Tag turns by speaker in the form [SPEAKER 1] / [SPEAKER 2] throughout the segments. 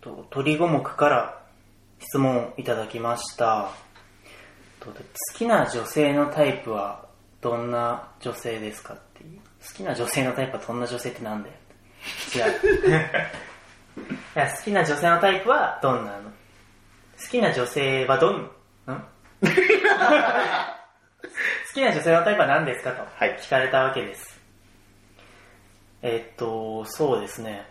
[SPEAKER 1] と、鳥五目から質問いただきました。と好きな女性のタイプはどんな女性ですかっていう。好きな女性のタイプはどんな女性ってなんだよ。 違う。いや好きな女性のタイプはどんなの好きな女性はどん、ん 好きな女性のタイプは何ですかと
[SPEAKER 2] はい
[SPEAKER 1] 聞かれたわけです。えっと、そうですね。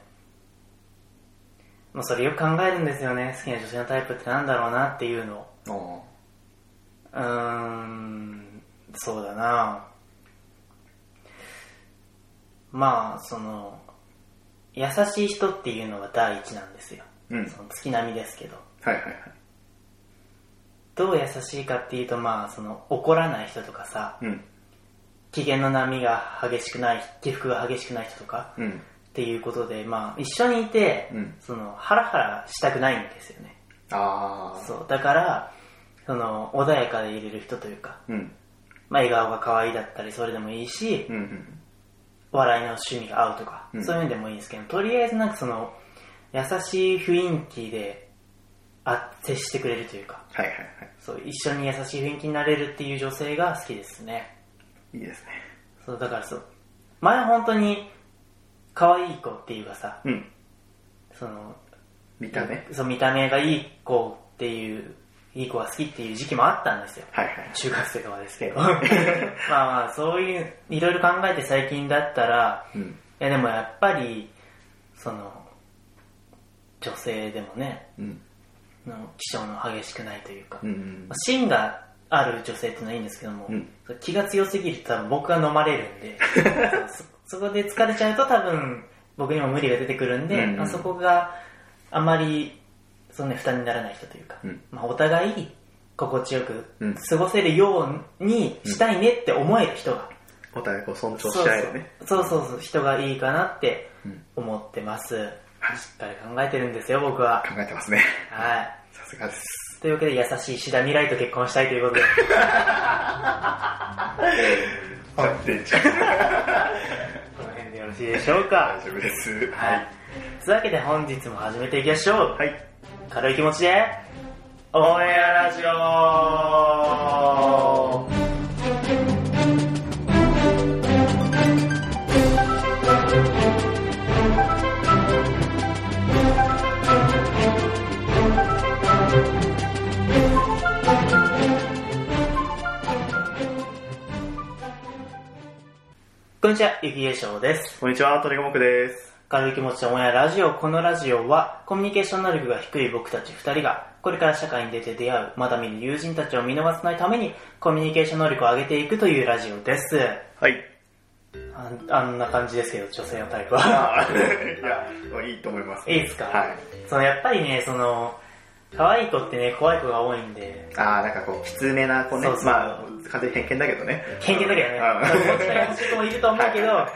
[SPEAKER 1] もうそれよく考えるんですよね。好きな女性のタイプってなんだろうなっていうのを。
[SPEAKER 2] お
[SPEAKER 1] うーん、そうだなまあ、その、優しい人っていうのが第一なんですよ。
[SPEAKER 2] うん
[SPEAKER 1] その月並みですけど。
[SPEAKER 2] はいはいはい。
[SPEAKER 1] どう優しいかっていうと、まあ、その、怒らない人とかさ、
[SPEAKER 2] うん。
[SPEAKER 1] 機嫌の波が激しくない、起伏が激しくない人とか、
[SPEAKER 2] うん。
[SPEAKER 1] っていうことで、まあ、一緒にいて、
[SPEAKER 2] うん
[SPEAKER 1] その、ハラハラしたくないんですよね。
[SPEAKER 2] ああ。
[SPEAKER 1] そう。だから、その、穏やかでいれる人というか、
[SPEAKER 2] うん。
[SPEAKER 1] まあ、笑顔が可愛いだったり、それでもいいし、
[SPEAKER 2] うんうん。
[SPEAKER 1] 笑いの趣味が合うとか、
[SPEAKER 2] うん
[SPEAKER 1] そういうのでもいいんですけど、とりあえずなんかその、優しい雰囲気で、あ、接してくれるというか、
[SPEAKER 2] はいはいは
[SPEAKER 1] そう、一緒に優しい雰囲気になれるっていう女性が好きですね。
[SPEAKER 2] い。いいですね。
[SPEAKER 1] そう、だからそう、前本当に、可愛い子っていうかさ、
[SPEAKER 2] うん。
[SPEAKER 1] その、
[SPEAKER 2] 見た目
[SPEAKER 1] そう見た目がいい子っていう、いい子が好きっていう時期もあったんですよ。
[SPEAKER 2] はいはい。
[SPEAKER 1] 中学生とか ですけど。まあまあ、そういう、いろいろ考えて最近だったら、
[SPEAKER 2] うん。
[SPEAKER 1] いやでもやっぱりその女性でもね
[SPEAKER 2] うん。
[SPEAKER 1] の気性の激しくないというか、
[SPEAKER 2] うん。
[SPEAKER 1] 芯がある女性っていうのはいいんですけども、
[SPEAKER 2] うん
[SPEAKER 1] 気が強すぎると多分僕が飲まれるん でそうそそこで疲れちゃうと多分僕にも無理が出てくるんで、
[SPEAKER 2] うんうん
[SPEAKER 1] まあそこがあまりそんな負担にならない人というか、
[SPEAKER 2] うん
[SPEAKER 1] まあ、お互い心地よく
[SPEAKER 2] うん
[SPEAKER 1] 過ごせるようにしたいねって思える人が、
[SPEAKER 2] お互いこう尊重し合えるね。
[SPEAKER 1] そうそうそうそう人がいいかなって
[SPEAKER 2] うん
[SPEAKER 1] 思ってます、し
[SPEAKER 2] はい
[SPEAKER 1] っかり考えてるんですよ僕は
[SPEAKER 2] 考えてますね。
[SPEAKER 1] は
[SPEAKER 2] さすがです。
[SPEAKER 1] いというわけで優しい志田未来と結婚したいということで
[SPEAKER 2] 勝手にちゃう
[SPEAKER 1] この辺でよろしいでしょうか
[SPEAKER 2] 大丈夫です。
[SPEAKER 1] はいというわけで本日も始めていきましょう、
[SPEAKER 2] はい。
[SPEAKER 1] 軽い気持ちでオンエアラジオこんにちは、ゆきげしょうです。
[SPEAKER 2] こんにちは、鳥五目です。
[SPEAKER 1] 軽い気持ちでオンエアラジオ。このラジオは、コミュニケーション能力が低い僕たち二人が、これから社会に出て出会う、まだ見ぬ友人たちを見逃さないために、コミュニケーション能力を上げていくというラジオです。
[SPEAKER 2] はい。
[SPEAKER 1] あんあんな感じですけど、女性のタイプは。
[SPEAKER 2] あーいや、もういいと思います。
[SPEAKER 1] いいですか
[SPEAKER 2] はい。
[SPEAKER 1] そのやっぱりね、その、可愛い子ってね、怖い子が多いんで、
[SPEAKER 2] ああ、なんかこう、きつめな子ね。
[SPEAKER 1] そうそう
[SPEAKER 2] まあ、完全に偏見だけどね。
[SPEAKER 1] 偏見だけどね、
[SPEAKER 2] うん
[SPEAKER 1] どっちか欲しい子もいると思う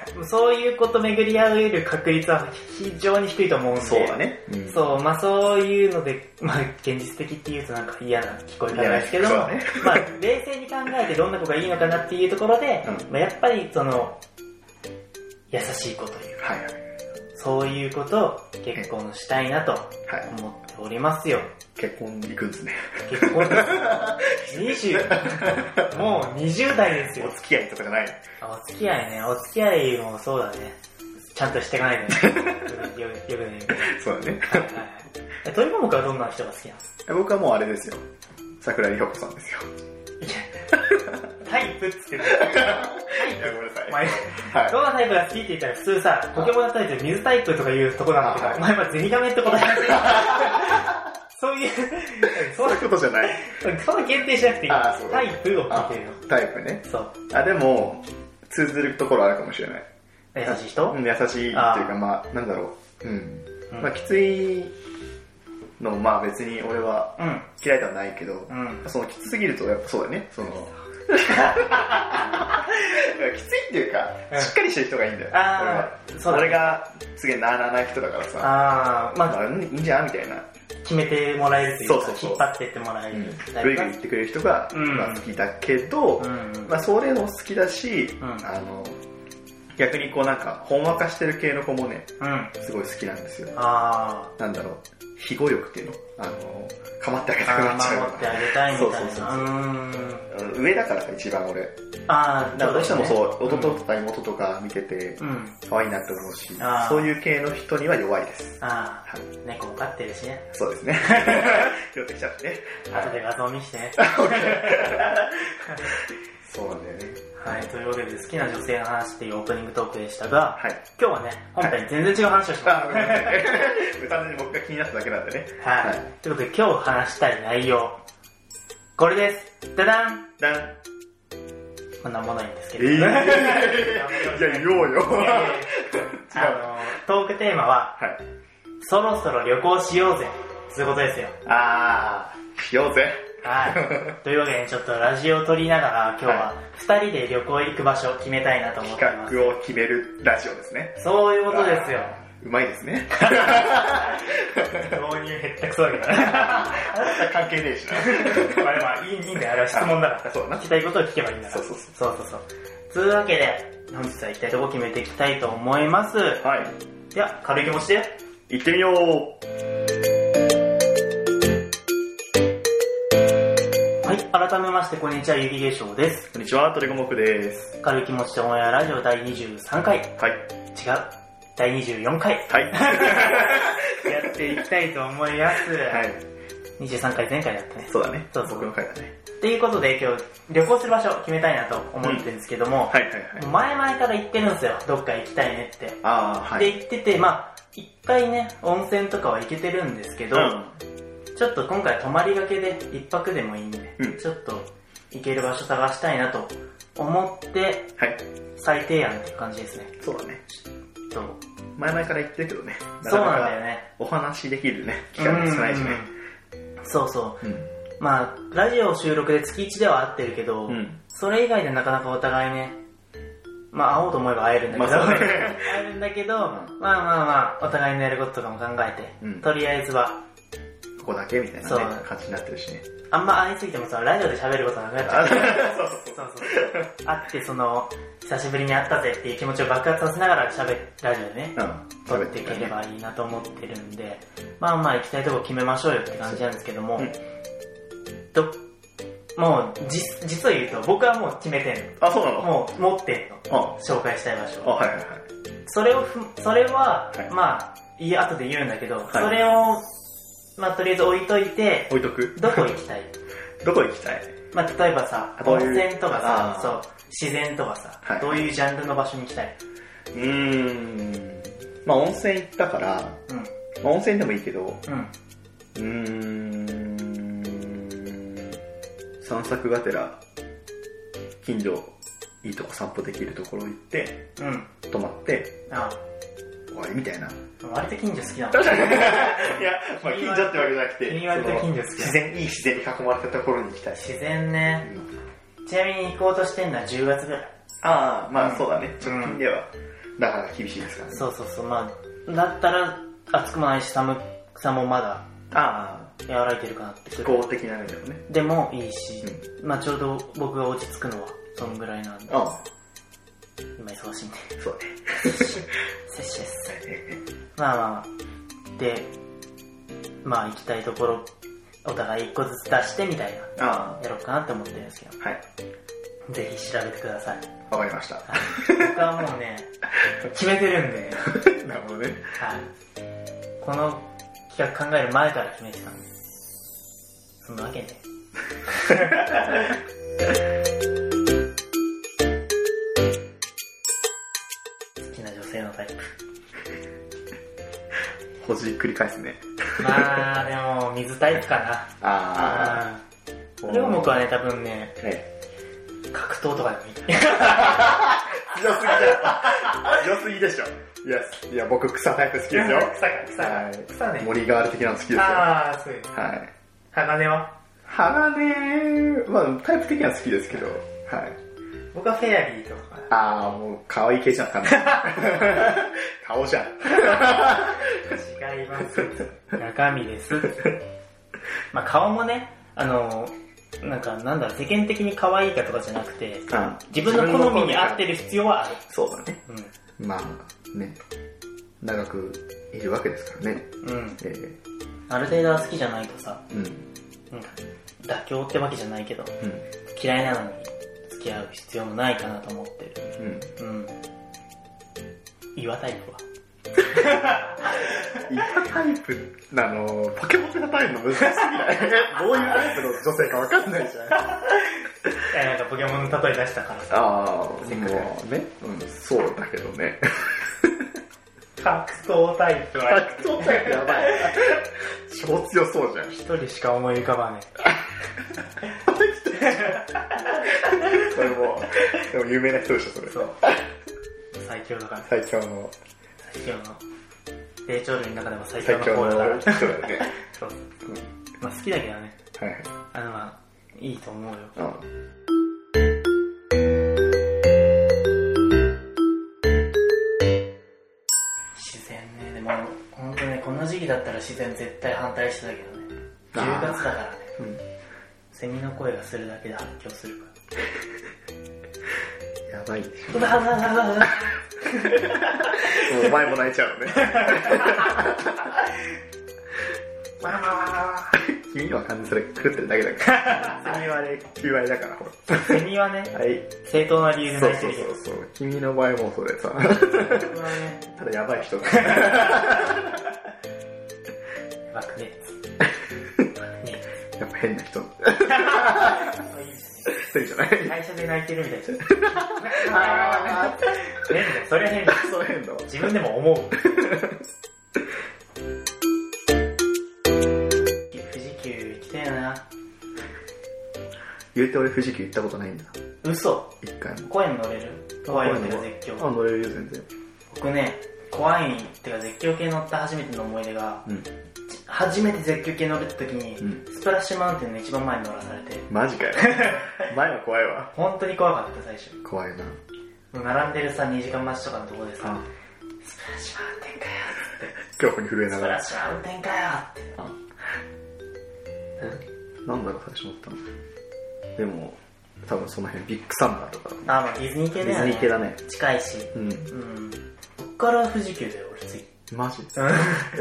[SPEAKER 1] けど、そういう子と巡り合える確率は非常に低いと思うんで。
[SPEAKER 2] そうだね。うん
[SPEAKER 1] そう、まあそういうので、まあ現実的っていうとなんか嫌な聞こえ方ですけども、
[SPEAKER 2] 嫌な聞
[SPEAKER 1] まあ冷静に考えてどんな子がいいのかなっていうところで、
[SPEAKER 2] うん
[SPEAKER 1] まあやっぱりその、優しい子という、
[SPEAKER 2] はいはい。
[SPEAKER 1] そういう子と結婚したいなと
[SPEAKER 2] はい。
[SPEAKER 1] 思っておりますよ。
[SPEAKER 2] 結婚行くんですね。
[SPEAKER 1] 結婚 です。20、もう20代です
[SPEAKER 2] お
[SPEAKER 1] よ。
[SPEAKER 2] 付き合いとかじゃない。
[SPEAKER 1] あお付き合いね、お付き合いもそうだね。ちゃんとしていかないと ね。よくよくね。
[SPEAKER 2] そうだね。
[SPEAKER 1] はいはいはいえ鳥ももくはどんな人が好きなの
[SPEAKER 2] 僕はもうあれですよ。桜井里穂子さんですよ。
[SPEAKER 1] タイプっつってる。
[SPEAKER 2] いや、ごめんなさい。
[SPEAKER 1] お前、
[SPEAKER 2] はい。
[SPEAKER 1] どんなタイプが好きって言ったら普通さ、ポケモンのタイプで水タイプとか言うとこなんだけ
[SPEAKER 2] あは
[SPEAKER 1] ど、
[SPEAKER 2] い
[SPEAKER 1] お前はゼニガメって答えそういう、そ
[SPEAKER 2] そうういうことじゃない。
[SPEAKER 1] そんな限定しなくていい。
[SPEAKER 2] あそう
[SPEAKER 1] タイプを聞いてるよ。
[SPEAKER 2] タイプね。
[SPEAKER 1] そう。
[SPEAKER 2] あ、でも、通ずるところあるかもしれない。
[SPEAKER 1] 優しい人
[SPEAKER 2] うん優しいっていう
[SPEAKER 1] あ
[SPEAKER 2] か、まあ、なんだろう。うん。
[SPEAKER 1] うん
[SPEAKER 2] まあ、きついの、まあ別に俺は
[SPEAKER 1] うん。
[SPEAKER 2] 嫌いではないけど
[SPEAKER 1] う、ん。
[SPEAKER 2] そのきつすぎると、やっぱそうだね。その、いやきついっていうか、
[SPEAKER 1] うん
[SPEAKER 2] しっかりしてる人がいいんだよ。俺
[SPEAKER 1] あ
[SPEAKER 2] は
[SPEAKER 1] ー、そうだ
[SPEAKER 2] 俺
[SPEAKER 1] ね。
[SPEAKER 2] が、すげえなーなーな人だから
[SPEAKER 1] あ
[SPEAKER 2] さ、
[SPEAKER 1] ー、ま
[SPEAKER 2] ま
[SPEAKER 1] あ
[SPEAKER 2] あ、うんいいんじゃんみたいな。
[SPEAKER 1] 決めてもらえるというか、
[SPEAKER 2] そうそうそう
[SPEAKER 1] 引っ張ってってもらえるタイ
[SPEAKER 2] グ
[SPEAKER 1] プ
[SPEAKER 2] イグイ
[SPEAKER 1] が。
[SPEAKER 2] 言ってくれる人が、
[SPEAKER 1] うん
[SPEAKER 2] まあ好きだけど、
[SPEAKER 1] うん。
[SPEAKER 2] まあ、それも好きだし、
[SPEAKER 1] ん
[SPEAKER 2] あの逆にこうなんか、ほんわかしてる系の子もね、
[SPEAKER 1] うん。
[SPEAKER 2] すごい好きなんですよ。
[SPEAKER 1] あ
[SPEAKER 2] なんだろう、非語欲っていうのあの、構ってあげ
[SPEAKER 1] ー
[SPEAKER 2] たくな
[SPEAKER 1] あ
[SPEAKER 2] っちゃうよ
[SPEAKER 1] ー、守ってあげたいみたいな。
[SPEAKER 2] そうそうそううそう
[SPEAKER 1] ーん。
[SPEAKER 2] うな。上だから一番俺。
[SPEAKER 1] ああ、
[SPEAKER 2] だからどうしてもそ
[SPEAKER 1] だ
[SPEAKER 2] う、
[SPEAKER 1] ね
[SPEAKER 2] 弟とか妹とか見てて、
[SPEAKER 1] うん。うん
[SPEAKER 2] 可愛いなって思うし
[SPEAKER 1] あー、
[SPEAKER 2] そういう系の人には弱いです。
[SPEAKER 1] あ
[SPEAKER 2] は
[SPEAKER 1] あ、
[SPEAKER 2] い。
[SPEAKER 1] 猫も飼ってるしね。
[SPEAKER 2] そうです ね。寄ってきちゃってね。
[SPEAKER 1] 後で画像見してね。
[SPEAKER 2] そうなんだよね。
[SPEAKER 1] はい、というわけで好きな女性の話っていうオープニングトークでしたが、
[SPEAKER 2] はい。
[SPEAKER 1] 今日はね、本編全然違う話をします。
[SPEAKER 2] あー、ごめんなさい。単純に僕が気になっただけなんでね。
[SPEAKER 1] はい。
[SPEAKER 2] はい
[SPEAKER 1] ということで今日話したい内容、これです。ダダン
[SPEAKER 2] ダン。
[SPEAKER 1] こんなもないんですけ
[SPEAKER 2] え
[SPEAKER 1] ど。
[SPEAKER 2] ー、い
[SPEAKER 1] い
[SPEAKER 2] や、言おう よ。
[SPEAKER 1] やいやい
[SPEAKER 2] は
[SPEAKER 1] や あの、トークテーマは、そろそろ旅行しようぜ。そういうことですよ。
[SPEAKER 2] い。あー、しようぜ。
[SPEAKER 1] はい。というわけで、ちょっとラジオを撮りながら、今日は2人で旅行行く場所を決めたいなと思ってます。
[SPEAKER 2] 企画を決めるラジオですね。
[SPEAKER 1] そういうことですよ。
[SPEAKER 2] あー。うまいですね。
[SPEAKER 1] 導入減ったくそだけどね。
[SPEAKER 2] 関係ねえしな。
[SPEAKER 1] まあでもまあ、いいいいんだよ。あれは質問だから。
[SPEAKER 2] そうだな
[SPEAKER 1] 聞きたいことを聞けばいいんだから。
[SPEAKER 2] そうそう
[SPEAKER 1] そうそうそう。というわけで、本日は行きたいとこ決めていきたいと思います。
[SPEAKER 2] はい。
[SPEAKER 1] では、軽い気持ちで。
[SPEAKER 2] 行ってみよう
[SPEAKER 1] はい、改めまして、こんにちは、ゆりげしょうです。
[SPEAKER 2] こんにちは、トレコモクです。
[SPEAKER 1] 軽い気持ちでオンエアラジオ第23回、違う、
[SPEAKER 2] はい。
[SPEAKER 1] 第24回、
[SPEAKER 2] はい。 は
[SPEAKER 1] やっていきたいと思い ます。
[SPEAKER 2] い。
[SPEAKER 1] 23回前回だったね。
[SPEAKER 2] そうだね。
[SPEAKER 1] そうそう
[SPEAKER 2] 僕の回だね。
[SPEAKER 1] ということで、今日、旅行する場所を決めたいなと思ってるんですけども、
[SPEAKER 2] はいはいはい。
[SPEAKER 1] 前々から言ってるんですよ、どっか行きたいねって。
[SPEAKER 2] あー、はい。
[SPEAKER 1] で、行ってて、まあ、一回ね、温泉とかは行けてるんですけど、ちょっと今回泊まりがけで一泊でもいいんで、
[SPEAKER 2] うん
[SPEAKER 1] ちょっと行ける場所探したいなと思って
[SPEAKER 2] はい。
[SPEAKER 1] 再提案って感じですね。
[SPEAKER 2] そうだね。
[SPEAKER 1] そう
[SPEAKER 2] 前々から言ってるけどね。
[SPEAKER 1] そう
[SPEAKER 2] か
[SPEAKER 1] なん
[SPEAKER 2] か
[SPEAKER 1] だよね。
[SPEAKER 2] お話しできるね、機会が少ないしね。
[SPEAKER 1] うんそうそうう。まあ、ラジオ収録で月1では会ってるけど、
[SPEAKER 2] ん。うん。
[SPEAKER 1] それ以外でなかなかお互いね、まあ会おうと思えば会えるんだけど、
[SPEAKER 2] まあそうね
[SPEAKER 1] 会えるんだけど、まあまあまあ、お互いのやることとかも考えて、
[SPEAKER 2] うん
[SPEAKER 1] とりあえずは、
[SPEAKER 2] ここだけみたい
[SPEAKER 1] そう
[SPEAKER 2] なね、感じになって るしね。
[SPEAKER 1] あんま会いすぎてもさ、ラジオで喋ることなくなっちゃう。
[SPEAKER 2] そうそう
[SPEAKER 1] そうそうそう。会って、その、久しぶりに会ったぜっていう気持ちを爆発させながら喋る、ラジオでね、
[SPEAKER 2] そ
[SPEAKER 1] 撮
[SPEAKER 2] う。うん。
[SPEAKER 1] っていければいいなと思ってるんで、まあまあ行きたいとこ決めましょうよって感じなんですけども、
[SPEAKER 2] うん
[SPEAKER 1] どもう、じ、実を言うと、僕はもう決めてん
[SPEAKER 2] あ、そうな
[SPEAKER 1] の。
[SPEAKER 2] の
[SPEAKER 1] もう持ってんの。
[SPEAKER 2] あ、
[SPEAKER 1] 紹介したい場所
[SPEAKER 2] あ、はいはいはい。
[SPEAKER 1] それをふ、それは、
[SPEAKER 2] はい
[SPEAKER 1] まあ、いい後で言うんだけど、
[SPEAKER 2] い
[SPEAKER 1] それを、まあとりあえず置いといて、
[SPEAKER 2] 置いとく
[SPEAKER 1] どこ行きたい
[SPEAKER 2] どこ行きたい
[SPEAKER 1] まあ、例えばさ、
[SPEAKER 2] ど
[SPEAKER 1] 温
[SPEAKER 2] ういう
[SPEAKER 1] 泉とかさ
[SPEAKER 2] あ、ー
[SPEAKER 1] そう、自然とかさ、
[SPEAKER 2] はい
[SPEAKER 1] どういうジャンルの場所に行きたいう
[SPEAKER 2] ーん。まあ温泉行ったから、
[SPEAKER 1] うん、
[SPEAKER 2] まあ温泉でもいいけど、
[SPEAKER 1] うん。
[SPEAKER 2] うーん。散策がてら、近所、いいとこ散歩できるところ行って、
[SPEAKER 1] うん。
[SPEAKER 2] 泊まって、
[SPEAKER 1] あ、
[SPEAKER 2] 終わりみたいな。
[SPEAKER 1] 割と近所好きなの。
[SPEAKER 2] 確かに。いや、まあ、近所ってわけじゃなくて、
[SPEAKER 1] 君割と近所好きだ
[SPEAKER 2] その自然、いい自然に囲まれたところに行きたい。
[SPEAKER 1] 自然ね。ちなみに行こうとしてんのは10月ぐらい。
[SPEAKER 2] ああ、ま
[SPEAKER 1] うん
[SPEAKER 2] あそうだね、直近では、なかなか厳しいですからね。
[SPEAKER 1] そうそうそう、まあ、だったら暑くもないし寒さもまだ
[SPEAKER 2] ああ、
[SPEAKER 1] 和らいでるかなって
[SPEAKER 2] 気候的な面でもね。
[SPEAKER 1] でもいいし、
[SPEAKER 2] う
[SPEAKER 1] まあちょうど僕が落ち着くのはそんぐらいなんで、
[SPEAKER 2] あ
[SPEAKER 1] 今忙しいんで、
[SPEAKER 2] あ、そう
[SPEAKER 1] 接しです。
[SPEAKER 2] だね。
[SPEAKER 1] まあまあまあ、で、まあ行きたいところ、お互い一個ずつ出してみたいな。
[SPEAKER 2] あ
[SPEAKER 1] やろうかなって思ってるんですけ
[SPEAKER 2] あ、はい、
[SPEAKER 1] ど、ぜひ調べてください。
[SPEAKER 2] わかりました。
[SPEAKER 1] 僕はもうね、決めてるんで、
[SPEAKER 2] なるほどね。
[SPEAKER 1] はい。この企画考える前から決めてたんで、そんなわけで。好きな女性のタイ
[SPEAKER 2] ほじくり返すね。
[SPEAKER 1] プ。まあ、でも、水タイプかな。
[SPEAKER 2] ああ、
[SPEAKER 1] ああ。でも僕はね、多分ね、
[SPEAKER 2] ね。
[SPEAKER 1] 格闘とかでもいい。
[SPEAKER 2] 強すぎだよ。強すぎでしょ。いや、いや、僕草タイプ好きですよ。
[SPEAKER 1] 草か、草か。
[SPEAKER 2] はい
[SPEAKER 1] 草ね。
[SPEAKER 2] 森ガール的なの好きですよ。は
[SPEAKER 1] ああ、そういう。
[SPEAKER 2] い。
[SPEAKER 1] 鋼は
[SPEAKER 2] 鋼、まあタイプ的には好きですけど、はい。
[SPEAKER 1] 僕はフェアリーとか。
[SPEAKER 2] ああ、もう可愛い系じゃん、完 全に顔じゃん。
[SPEAKER 1] 違います。中身です。まあ顔もね、あの、なんか、なんだろう、世間的に可愛いかとかじゃなくて、
[SPEAKER 2] あ
[SPEAKER 1] 自分の好みに合ってる必要はある。
[SPEAKER 2] そうだね。
[SPEAKER 1] う
[SPEAKER 2] まあ、ね。長くいるわけですからね。
[SPEAKER 1] ん。うん。
[SPEAKER 2] えー
[SPEAKER 1] ある程度は好きじゃないとさ、
[SPEAKER 2] うん。
[SPEAKER 1] なんか、妥協ってわけじゃないけど、
[SPEAKER 2] うん。
[SPEAKER 1] 嫌いなのに付き合う必要もないかなと思ってる。
[SPEAKER 2] うん。
[SPEAKER 1] うん。岩タイプは。
[SPEAKER 2] いたタイプなの、ポケモンがタイプの難しすぎない どういうタイプの女性かわかんないじゃん。あ
[SPEAKER 1] いや、なんかポケモンの例え出したからさ、
[SPEAKER 2] あ、
[SPEAKER 1] せっかく
[SPEAKER 2] もうね、うん、そうだけど ね。
[SPEAKER 1] 格闘タイプは
[SPEAKER 2] 格闘タイプやばい。超強そうじゃん。
[SPEAKER 1] 一人しか思い浮かばない。
[SPEAKER 2] それも、でも有名な人でしょ、それ。
[SPEAKER 1] そう。最強だから、
[SPEAKER 2] 最強の、
[SPEAKER 1] 最強の。成長類の中でも最強
[SPEAKER 2] 最
[SPEAKER 1] の
[SPEAKER 2] 強
[SPEAKER 1] 方だから
[SPEAKER 2] の。人だよね。
[SPEAKER 1] そう。
[SPEAKER 2] うん
[SPEAKER 1] まあ好きだけどね。
[SPEAKER 2] はいはい。
[SPEAKER 1] あのまあ、いいと思うよ。
[SPEAKER 2] うん。
[SPEAKER 1] 自然ね。でも、本当ね、この時期だったら自然絶対反対してたけどね。
[SPEAKER 2] あー
[SPEAKER 1] 10月だからね。
[SPEAKER 2] うん
[SPEAKER 1] セミの声がするだけで発狂するから。
[SPEAKER 2] やばいでし
[SPEAKER 1] うわうわうわうわ
[SPEAKER 2] ょ。もうお前も泣いちゃうのね。
[SPEAKER 1] わわわ
[SPEAKER 2] 君は完全にそれ狂ってるだけだから。君はね、9割だから、ほら。
[SPEAKER 1] わセミはね、
[SPEAKER 2] はい。
[SPEAKER 1] 正当な理由で
[SPEAKER 2] そう
[SPEAKER 1] 泣いて
[SPEAKER 2] そ
[SPEAKER 1] るけ
[SPEAKER 2] う
[SPEAKER 1] ど。
[SPEAKER 2] そうそう。君の場合もそれさ。
[SPEAKER 1] 僕はね、
[SPEAKER 2] ただやばい人だ。
[SPEAKER 1] 爆熱。爆熱。
[SPEAKER 2] やっぱ変な人。
[SPEAKER 1] あいいっすね
[SPEAKER 2] そうじゃない
[SPEAKER 1] 会社で泣いてるみたいな。
[SPEAKER 2] あ
[SPEAKER 1] 変だよそれは変だよ
[SPEAKER 2] ー、そう変だわ。
[SPEAKER 1] 自分でも思う。富士急行きたいな。
[SPEAKER 2] 言うて俺富士急行ったことないんだ。
[SPEAKER 1] 嘘。
[SPEAKER 2] 一回も。
[SPEAKER 1] 声に乗れる怖いっていうか絶
[SPEAKER 2] あ、
[SPEAKER 1] 叫。
[SPEAKER 2] 乗れるよ、全然。
[SPEAKER 1] 僕ね、怖いっていうか絶叫系乗った初めての思い出が、
[SPEAKER 2] うん。
[SPEAKER 1] 初めて絶叫系乗る時に、
[SPEAKER 2] う
[SPEAKER 1] スプラッシュマウンテンの一番前に乗らされて、
[SPEAKER 2] マジか よ。前は怖いわ。
[SPEAKER 1] 本当に怖かった最初。
[SPEAKER 2] 怖い
[SPEAKER 1] も
[SPEAKER 2] な。
[SPEAKER 1] う並んでるさ、2時間待ちとかのところでさ、
[SPEAKER 2] あ、
[SPEAKER 1] スプラッシュマウンテンかよって。
[SPEAKER 2] 恐怖に震えな
[SPEAKER 1] ス
[SPEAKER 2] が
[SPEAKER 1] プラ
[SPEAKER 2] ら
[SPEAKER 1] ッ。シュマウンテンかよって。
[SPEAKER 2] あなんだろう、最初思ったの。でも、多分その辺、ビッグサンダーとかだね。
[SPEAKER 1] あ、まあディズニー系
[SPEAKER 2] デ
[SPEAKER 1] だよ
[SPEAKER 2] ィズ
[SPEAKER 1] ね。
[SPEAKER 2] ニー系だね。
[SPEAKER 1] 近いし。
[SPEAKER 2] うん。
[SPEAKER 1] うん。こっから富士急だよ、俺次。
[SPEAKER 2] マジえ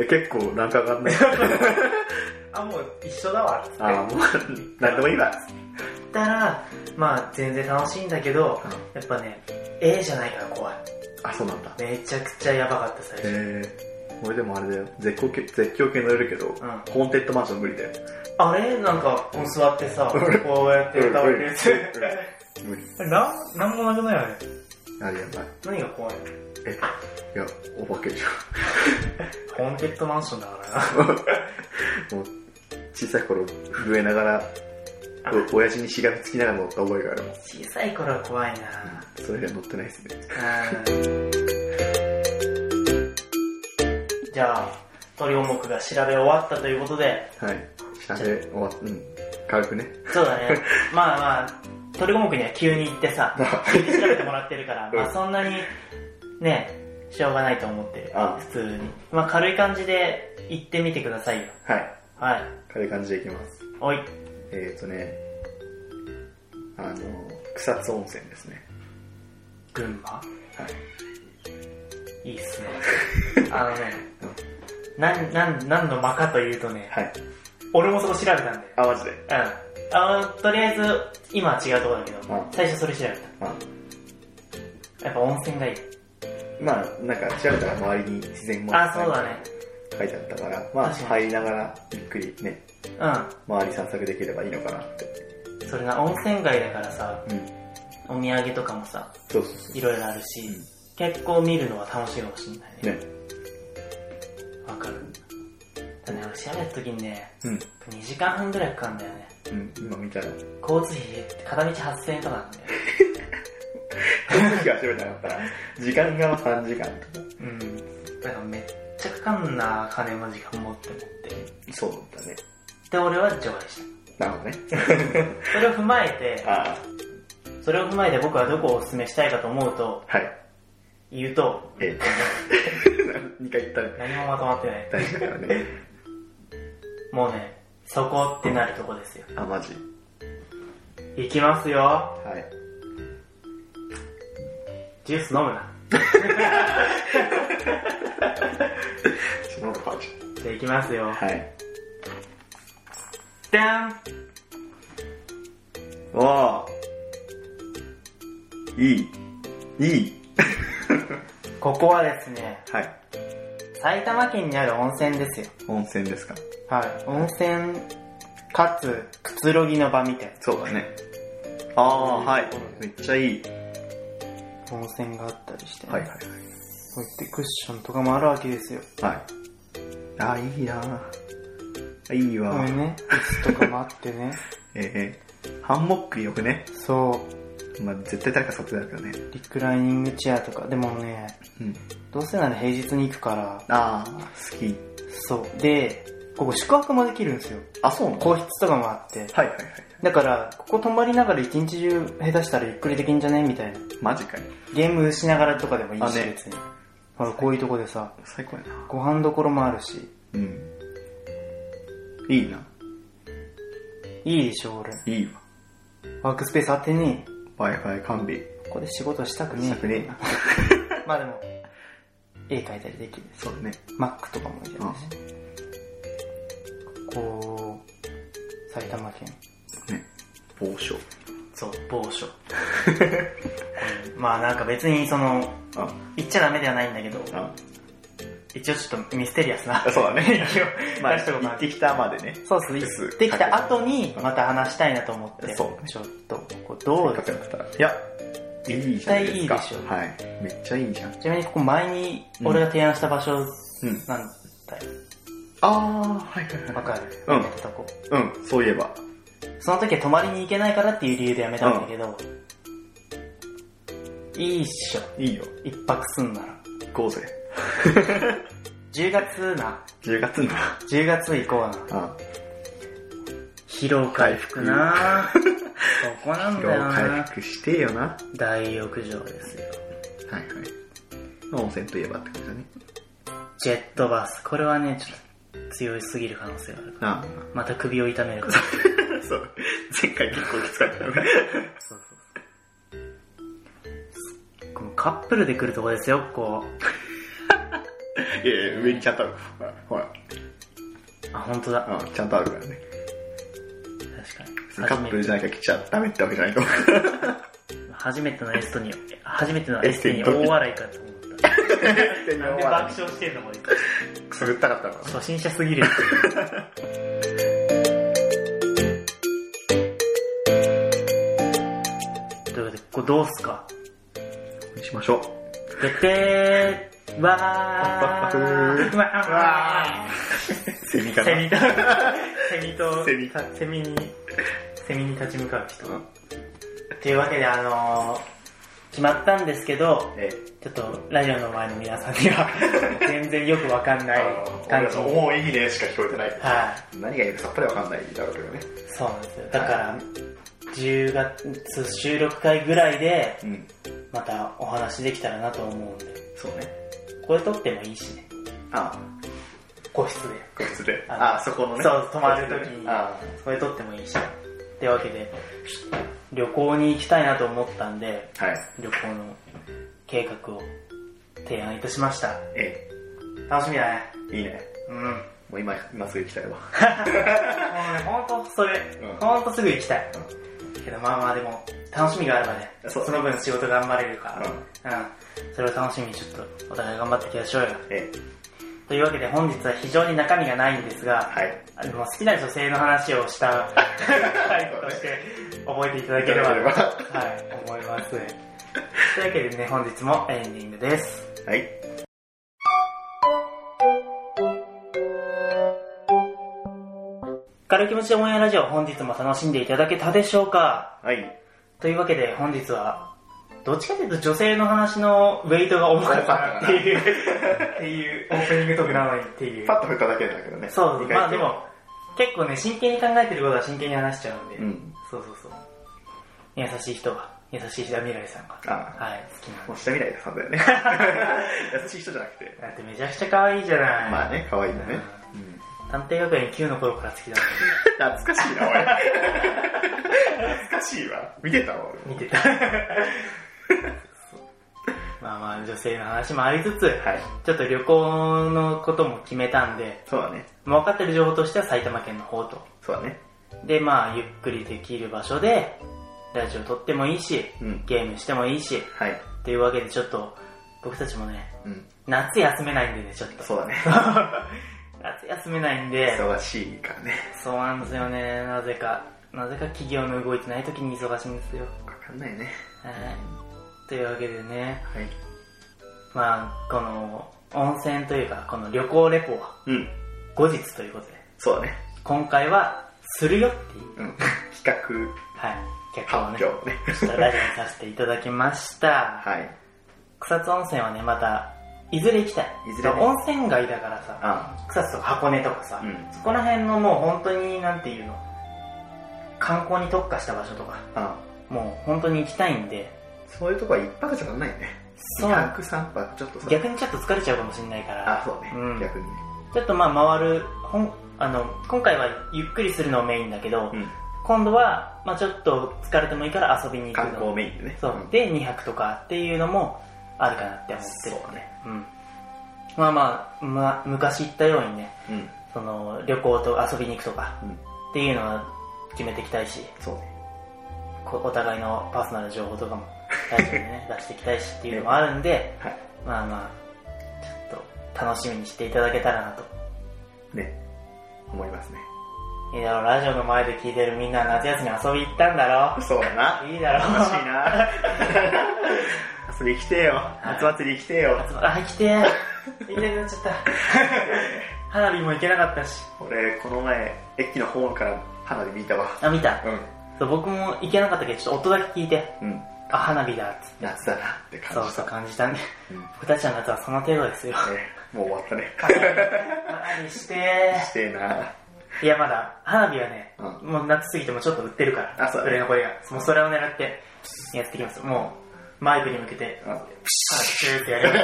[SPEAKER 2] 結構ランク上 がんない。
[SPEAKER 1] あ、もう一緒だわ。つって
[SPEAKER 2] あー、もう、なんでもいいわ。
[SPEAKER 1] ったら、まあ全然楽しいんだけど、
[SPEAKER 2] う
[SPEAKER 1] やっぱね、A じゃないから怖い。
[SPEAKER 2] あ、そうなんだ。
[SPEAKER 1] めちゃくちゃやばかった最初。
[SPEAKER 2] えー、俺でもあれだよ。絶叫系、絶叫系乗れるけど、
[SPEAKER 1] ん
[SPEAKER 2] ホーンテッドマンション無理だよ。
[SPEAKER 1] あれなんか、こう座って さ、こうやって倒れてるやつ。
[SPEAKER 2] 無理。
[SPEAKER 1] あれなん、なんもなくないよね。
[SPEAKER 2] あれやばい。
[SPEAKER 1] 何が怖いの
[SPEAKER 2] え、いや、お化けでし
[SPEAKER 1] ホーンテッドマンションだから
[SPEAKER 2] ょ。もう、小さい頃、震えながら、
[SPEAKER 1] な。
[SPEAKER 2] お親父にしがみつきながら乗った覚えがあるもん。
[SPEAKER 1] 小さい頃は怖いな
[SPEAKER 2] それが乗ってないですね。
[SPEAKER 1] じゃあ、鳥重くが調べ終わったということで、
[SPEAKER 2] はい。下で終わっうん。軽くね。
[SPEAKER 1] そうだ ね。まあまあ、鳥重くには急に行ってさ、行って調べてもらってるから、
[SPEAKER 2] うん
[SPEAKER 1] まあそんなに、ね、しょうがないと思ってる
[SPEAKER 2] あ。
[SPEAKER 1] 普通に。 まあ軽い感じで行ってみてくださいよ。
[SPEAKER 2] はい。
[SPEAKER 1] はい。
[SPEAKER 2] 軽い感じでいきます。
[SPEAKER 1] おい。
[SPEAKER 2] えーとね、あの、草津温泉ですね。
[SPEAKER 1] 群馬
[SPEAKER 2] はい。
[SPEAKER 1] いいっすね。 あのね、なん、なん、なんの間かというとね、
[SPEAKER 2] はい。
[SPEAKER 1] 俺もそこ調べたんだよ。
[SPEAKER 2] あ、マジで。
[SPEAKER 1] うん。あの、とりあえず、今は違うところだけど、
[SPEAKER 2] うん
[SPEAKER 1] 最初それ調べ
[SPEAKER 2] まあ、
[SPEAKER 1] た。やっぱ温泉がいい。
[SPEAKER 2] まあ、なんか調べたら周りに自然も
[SPEAKER 1] あ、そうだね。
[SPEAKER 2] 書いてあったから、まあ、
[SPEAKER 1] 確かに
[SPEAKER 2] 入りながらゆっくりね、周り散策できればいいのかなって。
[SPEAKER 1] うん。それな、温泉街だからさ、
[SPEAKER 2] うん。
[SPEAKER 1] お土産とかもさ、
[SPEAKER 2] そうそうそ
[SPEAKER 1] いろいろあるし、
[SPEAKER 2] うん。
[SPEAKER 1] 結構見るのは楽しいかもしんないうね。
[SPEAKER 2] ね。
[SPEAKER 1] わ、かる。だね、俺調べた時にね、
[SPEAKER 2] うん。
[SPEAKER 1] 2時間半ぐらいかかるんだよね。
[SPEAKER 2] うん、今見たら。
[SPEAKER 1] 交通費、片道8000円とかなんだよ。
[SPEAKER 2] 時が始めたかったら、時間が3時間とか。
[SPEAKER 1] うん。だからめっちゃかかんな、金も時間もって思って。
[SPEAKER 2] そうだね。
[SPEAKER 1] で、俺は除外し
[SPEAKER 2] なるほどね。
[SPEAKER 1] た。それを踏まえて、
[SPEAKER 2] あ
[SPEAKER 1] それを踏まえて僕はどこをお勧めしたいかと思うと、
[SPEAKER 2] あ、はい。
[SPEAKER 1] 言うと、
[SPEAKER 2] ええ。2回言ったね。
[SPEAKER 1] 何もまとまってない。
[SPEAKER 2] 大事だからね。
[SPEAKER 1] もうね、そこってなるとこですよ。
[SPEAKER 2] あ、マジ。
[SPEAKER 1] いきますよ。
[SPEAKER 2] はい。
[SPEAKER 1] ジュース飲むな。
[SPEAKER 2] そのとか
[SPEAKER 1] じゃあいきますよ。
[SPEAKER 2] はい。
[SPEAKER 1] ダン
[SPEAKER 2] おーいい。いい。
[SPEAKER 1] ここはですね、
[SPEAKER 2] はい。
[SPEAKER 1] 埼玉県にある温泉ですよ。
[SPEAKER 2] 温泉ですか
[SPEAKER 1] はい。温泉、かつ、くつろぎの場みたい
[SPEAKER 2] そうだね。ああー、はい。めっちゃいい。
[SPEAKER 1] な温泉があったりして、
[SPEAKER 2] はいはい
[SPEAKER 1] こうやってクッションとかもあるわけですよ。
[SPEAKER 2] はい。はい。あーいいなーいい
[SPEAKER 1] こ
[SPEAKER 2] わ
[SPEAKER 1] れ
[SPEAKER 2] ー。
[SPEAKER 1] ね、椅子とかもあってね。
[SPEAKER 2] えー、ハンモックよくね。
[SPEAKER 1] そ
[SPEAKER 2] まあ絶対誰か座ってたけどね。
[SPEAKER 1] う、リクライニングチェアとか。でもね、
[SPEAKER 2] うん。
[SPEAKER 1] どうせなら平日に行くから、
[SPEAKER 2] ああ、好き。
[SPEAKER 1] そう。で、ここ宿泊もできるんですよ。
[SPEAKER 2] あ、そうなの
[SPEAKER 1] 個室とかもあって。
[SPEAKER 2] はいはいはい。
[SPEAKER 1] だから、ここ泊まりながら一日中下手したらゆっくりできんじゃねみたいな。
[SPEAKER 2] マジかよ。
[SPEAKER 1] ゲームしながらとかでもいいし、
[SPEAKER 2] あね
[SPEAKER 1] 別に。ほら、こういうとこでさ、
[SPEAKER 2] 最高やな。
[SPEAKER 1] ご飯どころもあるし、
[SPEAKER 2] うん。いいな。
[SPEAKER 1] いいでしょ、俺。
[SPEAKER 2] いいわ。
[SPEAKER 1] ワークスペースあってに、
[SPEAKER 2] Wi-Fi 完備。
[SPEAKER 1] ここで仕事したくねえ。
[SPEAKER 2] したくねえな。
[SPEAKER 1] まあでも、絵描いたりできるし
[SPEAKER 2] そうだね。
[SPEAKER 1] Mac とかもいいじゃないし。こう、埼玉県。
[SPEAKER 2] ね。某所。
[SPEAKER 1] そう、某 所。まあなんか別にその、
[SPEAKER 2] あ、
[SPEAKER 1] 言っちゃダメではないんだけど、
[SPEAKER 2] あ、
[SPEAKER 1] 一応ちょっとミステリアス な。
[SPEAKER 2] そう だね。
[SPEAKER 1] 一応
[SPEAKER 2] まあ、
[SPEAKER 1] 出しとこうか
[SPEAKER 2] 行
[SPEAKER 1] な
[SPEAKER 2] ってきたまでね。
[SPEAKER 1] そうそう、
[SPEAKER 2] です
[SPEAKER 1] 行ってきた後に、また話したいなと思って、
[SPEAKER 2] そう
[SPEAKER 1] ちょっと、こうどうですか
[SPEAKER 2] いや、いいじゃない
[SPEAKER 1] 絶対
[SPEAKER 2] ですか。
[SPEAKER 1] いいでしょ
[SPEAKER 2] はい。めっちゃいいじゃん。
[SPEAKER 1] ちなみに、ここ前に、俺が提案した場所
[SPEAKER 2] うん。
[SPEAKER 1] なんだよ。
[SPEAKER 2] あー、はいはい
[SPEAKER 1] わかる
[SPEAKER 2] うん
[SPEAKER 1] やってたとこ。
[SPEAKER 2] はい。うん、そういえば。
[SPEAKER 1] その時は泊まりに行けないからっていう理由でやめたんだけど、いいっしょ。
[SPEAKER 2] いいよ。
[SPEAKER 1] 一泊すんなら。
[SPEAKER 2] 行こうぜ。
[SPEAKER 1] 10月な。
[SPEAKER 2] 10月の。
[SPEAKER 1] 10月行こうな。
[SPEAKER 2] あ、
[SPEAKER 1] 疲労回復な そこなんだよ
[SPEAKER 2] 今日回
[SPEAKER 1] な
[SPEAKER 2] 復してよな。は
[SPEAKER 1] 大浴場ですよ。
[SPEAKER 2] いはい。温泉といえばって感じだね。
[SPEAKER 1] ジェットバス。これはね、ちょっと強すぎる可能性がある。
[SPEAKER 2] あ
[SPEAKER 1] また首を痛めるから。
[SPEAKER 2] あ。 そう。前回結構きつかったよ ね。
[SPEAKER 1] そうそうそう。このカップルで来るとこですよ、こう。
[SPEAKER 2] いやいや、上にちゃんとある。ほら、ほら。
[SPEAKER 1] あ、本当だ。
[SPEAKER 2] あちゃんとあるからね。
[SPEAKER 1] 確かに。
[SPEAKER 2] カップルじゃなきゃ来ちゃダメってわけじゃないと思う。
[SPEAKER 1] 初めてのエストに、初めてのエステに大笑いかと思った。なん で爆笑してんのこれ。
[SPEAKER 2] くすぐったかったのかな
[SPEAKER 1] 初心者すぎる。ということで、ここどうすか
[SPEAKER 2] にしましょう。
[SPEAKER 1] 出てーわーわーわー
[SPEAKER 2] セミか
[SPEAKER 1] セ
[SPEAKER 2] な
[SPEAKER 1] ミ と、セミと、
[SPEAKER 2] セミ
[SPEAKER 1] たセミに、セミに立ち向かう人。
[SPEAKER 2] うん
[SPEAKER 1] というわけで、あのー、決まったんですけど、
[SPEAKER 2] え
[SPEAKER 1] ちょっと、ラジオの前の皆さんに は、全然よくわかんない感じ。はい、
[SPEAKER 2] おお、いいねしか聞こえてない。何がいいかさっぱりわかんないだろうけどね。
[SPEAKER 1] そうなんですよ。だから、10月収録会ぐらいで、
[SPEAKER 2] うん。
[SPEAKER 1] またお話できたらなと思うんで、
[SPEAKER 2] そうね。
[SPEAKER 1] これ撮ってもいいしね、
[SPEAKER 2] あ
[SPEAKER 1] 個室で。
[SPEAKER 2] 個室で。
[SPEAKER 1] あの
[SPEAKER 2] あそこのね。
[SPEAKER 1] そう泊まる時に
[SPEAKER 2] あ
[SPEAKER 1] これ撮ってもいいし。ってわけで、旅行に行きたいなと思ったんで、
[SPEAKER 2] はい。
[SPEAKER 1] 旅行の計画を提案いたしました。
[SPEAKER 2] え
[SPEAKER 1] 楽しみだね。
[SPEAKER 2] え、いいね。
[SPEAKER 1] うん。もうね、
[SPEAKER 2] もう今、今すぐ行きたいわ。
[SPEAKER 1] ほんとそれ、
[SPEAKER 2] うん
[SPEAKER 1] ほんとすぐ行きたい。けどまあまあでも、楽しみがあればね、
[SPEAKER 2] そう
[SPEAKER 1] その分仕事頑張れるから、うん。それを楽しみにちょっとお互い頑張っていきましょうよ。
[SPEAKER 2] ええ、
[SPEAKER 1] というわけで本日は非常に中身がないんですが、
[SPEAKER 2] はい。
[SPEAKER 1] あの好きな女性の話をした回として覚えていただければ、
[SPEAKER 2] いただ
[SPEAKER 1] はい、思います。というわけでね、本日もエンディングです。
[SPEAKER 2] はい。
[SPEAKER 1] 軽い気持ちで応援ラジオ、本日も楽しんでいただけたでしょうか
[SPEAKER 2] はい。
[SPEAKER 1] というわけで本日は、どっちかというと女性の話のウェイトが重かったなっていう、っていうオープニングトークなのにっていう
[SPEAKER 2] パ。ッと振っただけだけどね。
[SPEAKER 1] そう、
[SPEAKER 2] 意外と
[SPEAKER 1] まあで。も、結構ね、真剣に考えてることは真剣に話しちゃうんで、
[SPEAKER 2] うん。
[SPEAKER 1] そうそうそう。優しい人が、優しい人は未来さんが、
[SPEAKER 2] あ
[SPEAKER 1] はい、好きな
[SPEAKER 2] もう下未来さんだよ ね。優しい人じゃなくて。
[SPEAKER 1] だってめちゃくちゃ可愛いじゃない。
[SPEAKER 2] まあね、可愛いんだね。
[SPEAKER 1] う
[SPEAKER 2] うん。
[SPEAKER 1] 探偵学園9の頃から好きだ
[SPEAKER 2] 懐かしいな、おい。懐かしいわ。見てたわ、
[SPEAKER 1] 見てた。 まあまあ、女性の話もありつつ、
[SPEAKER 2] 俺。はい。
[SPEAKER 1] ちょっと旅行のことも決めたんで、
[SPEAKER 2] そうだね。
[SPEAKER 1] まあ分かってる情報としては埼玉県の方と。
[SPEAKER 2] そうだね。
[SPEAKER 1] で、まあ、ゆっくりできる場所で、ラジオ撮ってもいいし、
[SPEAKER 2] うん。
[SPEAKER 1] ゲームしてもいいし、
[SPEAKER 2] はい。
[SPEAKER 1] っていうわけでちょっと、僕たちもね、
[SPEAKER 2] うん。
[SPEAKER 1] 夏休めないんでね、ちょっと。
[SPEAKER 2] そうだね。
[SPEAKER 1] 夏休めないんで、
[SPEAKER 2] 忙しいからね。
[SPEAKER 1] そうなんですよね、なぜか。なぜか企業の動いてない時に忙しいんですよ。
[SPEAKER 2] わかんないね。
[SPEAKER 1] はい。というわけでね、
[SPEAKER 2] はい。
[SPEAKER 1] まあ、この、温泉というか、この旅行レポは
[SPEAKER 2] うん。
[SPEAKER 1] 後日ということで、
[SPEAKER 2] そうだね。
[SPEAKER 1] 今回は、するよっていう、
[SPEAKER 2] うん。企
[SPEAKER 1] はい、脚
[SPEAKER 2] 画
[SPEAKER 1] 本をね
[SPEAKER 2] 発、表ね。
[SPEAKER 1] したラジオにさせていただきました。
[SPEAKER 2] はい。
[SPEAKER 1] 草津温泉はね、また、いずれ行きたい。
[SPEAKER 2] いずれね
[SPEAKER 1] 温泉街だからさ、
[SPEAKER 2] あ
[SPEAKER 1] 草津とか箱根とかさ、
[SPEAKER 2] うん
[SPEAKER 1] そこら辺のもう本当に、なんていうの、観光に特化した場所とか、
[SPEAKER 2] あ。
[SPEAKER 1] もう本当に行きたいんで、
[SPEAKER 2] そういうとこは一泊じゃ足んないね。
[SPEAKER 1] そ
[SPEAKER 2] 二
[SPEAKER 1] う
[SPEAKER 2] 泊三泊、ちょっとさ。
[SPEAKER 1] 逆にちょっと疲れちゃうかもしれないから、
[SPEAKER 2] あ、そうね
[SPEAKER 1] うん。
[SPEAKER 2] 逆にね。
[SPEAKER 1] ちょっとまあ回る、ほんあの、今回はゆっくりするのをメインだけど、
[SPEAKER 2] うん。
[SPEAKER 1] 今度は、まあちょっと疲れてもいいから遊びに行く
[SPEAKER 2] 観
[SPEAKER 1] の。
[SPEAKER 2] 光メインでね。
[SPEAKER 1] そう。
[SPEAKER 2] ん
[SPEAKER 1] で、2泊とかっていうのもあるかなって思ってる。
[SPEAKER 2] そうだね。
[SPEAKER 1] うん。まあまあ、まあ、昔言ったようにね、
[SPEAKER 2] うん。
[SPEAKER 1] その、旅行と遊びに行くとか
[SPEAKER 2] うん。
[SPEAKER 1] っていうのは決めていきたいし、
[SPEAKER 2] そうね。
[SPEAKER 1] こお互いのパーソナル情報とかも大事に ね、出していきたいしっていうのもあるんで、
[SPEAKER 2] はい。
[SPEAKER 1] まあまあ、ちょっと楽しみにしていただけたらなと。
[SPEAKER 2] ね。思いますね。
[SPEAKER 1] いいだろう、ラジオの前で聞いてるみんな夏休み遊び行ったんだろ
[SPEAKER 2] そうだな。
[SPEAKER 1] いいだろ
[SPEAKER 2] 楽しいな遊び来てよ。夏祭り来てよ。
[SPEAKER 1] あ、来てー。行きたくなっちゃった。花火も行けなかったし。
[SPEAKER 2] 俺、この前、駅のホームから花火見たわ。
[SPEAKER 1] あ、見た。
[SPEAKER 2] う
[SPEAKER 1] そう僕も行けなかったけど、ちょっと音だけ聞いて、
[SPEAKER 2] ん。うん。
[SPEAKER 1] あ、花火だっつっ
[SPEAKER 2] 夏だなって
[SPEAKER 1] て。そ
[SPEAKER 2] 感
[SPEAKER 1] う
[SPEAKER 2] じし
[SPEAKER 1] そう
[SPEAKER 2] た。
[SPEAKER 1] 感じたね。
[SPEAKER 2] うんね
[SPEAKER 1] 僕たちの夏はその程度ですよ。
[SPEAKER 2] もう終わったね。
[SPEAKER 1] 花火して
[SPEAKER 2] してえな
[SPEAKER 1] ー。いや、まだ、花火はね、
[SPEAKER 2] うん
[SPEAKER 1] もう夏過ぎてもちょっと売ってるから。
[SPEAKER 2] あそうだね
[SPEAKER 1] 売れ残りが。もうそれを狙って、やってきます。もう、マイクに向けて、
[SPEAKER 2] うん。や
[SPEAKER 1] 花火シューってやる。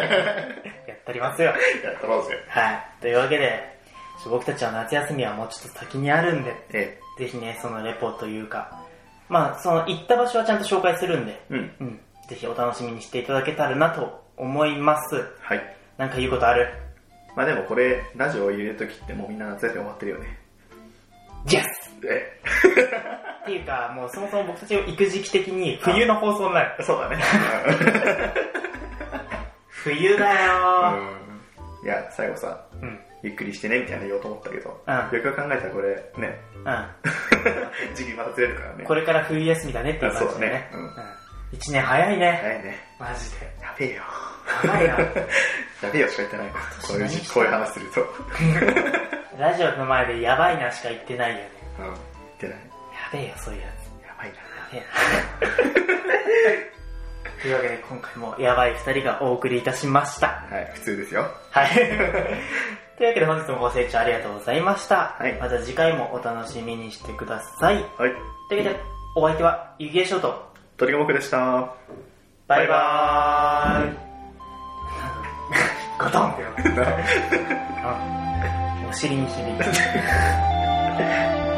[SPEAKER 1] やったりますよ。
[SPEAKER 2] っとろうぜ。
[SPEAKER 1] はい。というわけで、ちょ僕たちは夏休みはもうちょっと先にあるんで、
[SPEAKER 2] え
[SPEAKER 1] ぜひね、そのレポというか、まあ、その行った場所はちゃんと紹介するんで、
[SPEAKER 2] え。うん。
[SPEAKER 1] うん。ぜひお楽しみにしていただけたらなと思います。
[SPEAKER 2] はい。
[SPEAKER 1] なんか言うことある
[SPEAKER 2] まあでもこれ、ラジオを入れるときってもうみんな夏休み終わってるよね。
[SPEAKER 1] ?Yes!
[SPEAKER 2] え
[SPEAKER 1] っていうか、もうそもそも僕たちを育児期的に冬の放送になる。
[SPEAKER 2] え。そうだ ね。
[SPEAKER 1] 冬だよ
[SPEAKER 2] うんいや、最後さ、
[SPEAKER 1] ー。うん。
[SPEAKER 2] ゆっくりしてねみたいな言おうと思ったけど、よ
[SPEAKER 1] うん
[SPEAKER 2] くよく考えたらこれ、ね、
[SPEAKER 1] う
[SPEAKER 2] 時期またずれるからね。
[SPEAKER 1] ん。これから冬休みだねっていう感じでね。
[SPEAKER 2] そうだねうん
[SPEAKER 1] ん。一年早いね。
[SPEAKER 2] 早いね。
[SPEAKER 1] マジで。
[SPEAKER 2] やべえよ。
[SPEAKER 1] やばいな。
[SPEAKER 2] やべえよしか言ってないな。こういう
[SPEAKER 1] 何
[SPEAKER 2] じ
[SPEAKER 1] した
[SPEAKER 2] こういう話すると。
[SPEAKER 1] ラジオの前でやばいなしか言ってないよね。
[SPEAKER 2] うん。言ってない。
[SPEAKER 1] やべえよ、そういうやつ。
[SPEAKER 2] やばいな。
[SPEAKER 1] ね というわけで今回もやばい2人がお送りいたしました。
[SPEAKER 2] はい、普通ですよ。
[SPEAKER 1] はい。というわけで本日もご清聴ありがとうございました。
[SPEAKER 2] はい
[SPEAKER 1] また次回もお楽しみにしてください。
[SPEAKER 2] はい。
[SPEAKER 1] というわけでお相手はゆきえショート。
[SPEAKER 2] 鳥が僕でした。
[SPEAKER 1] バイバ ーイ。ガタンってなったあお尻に響いた。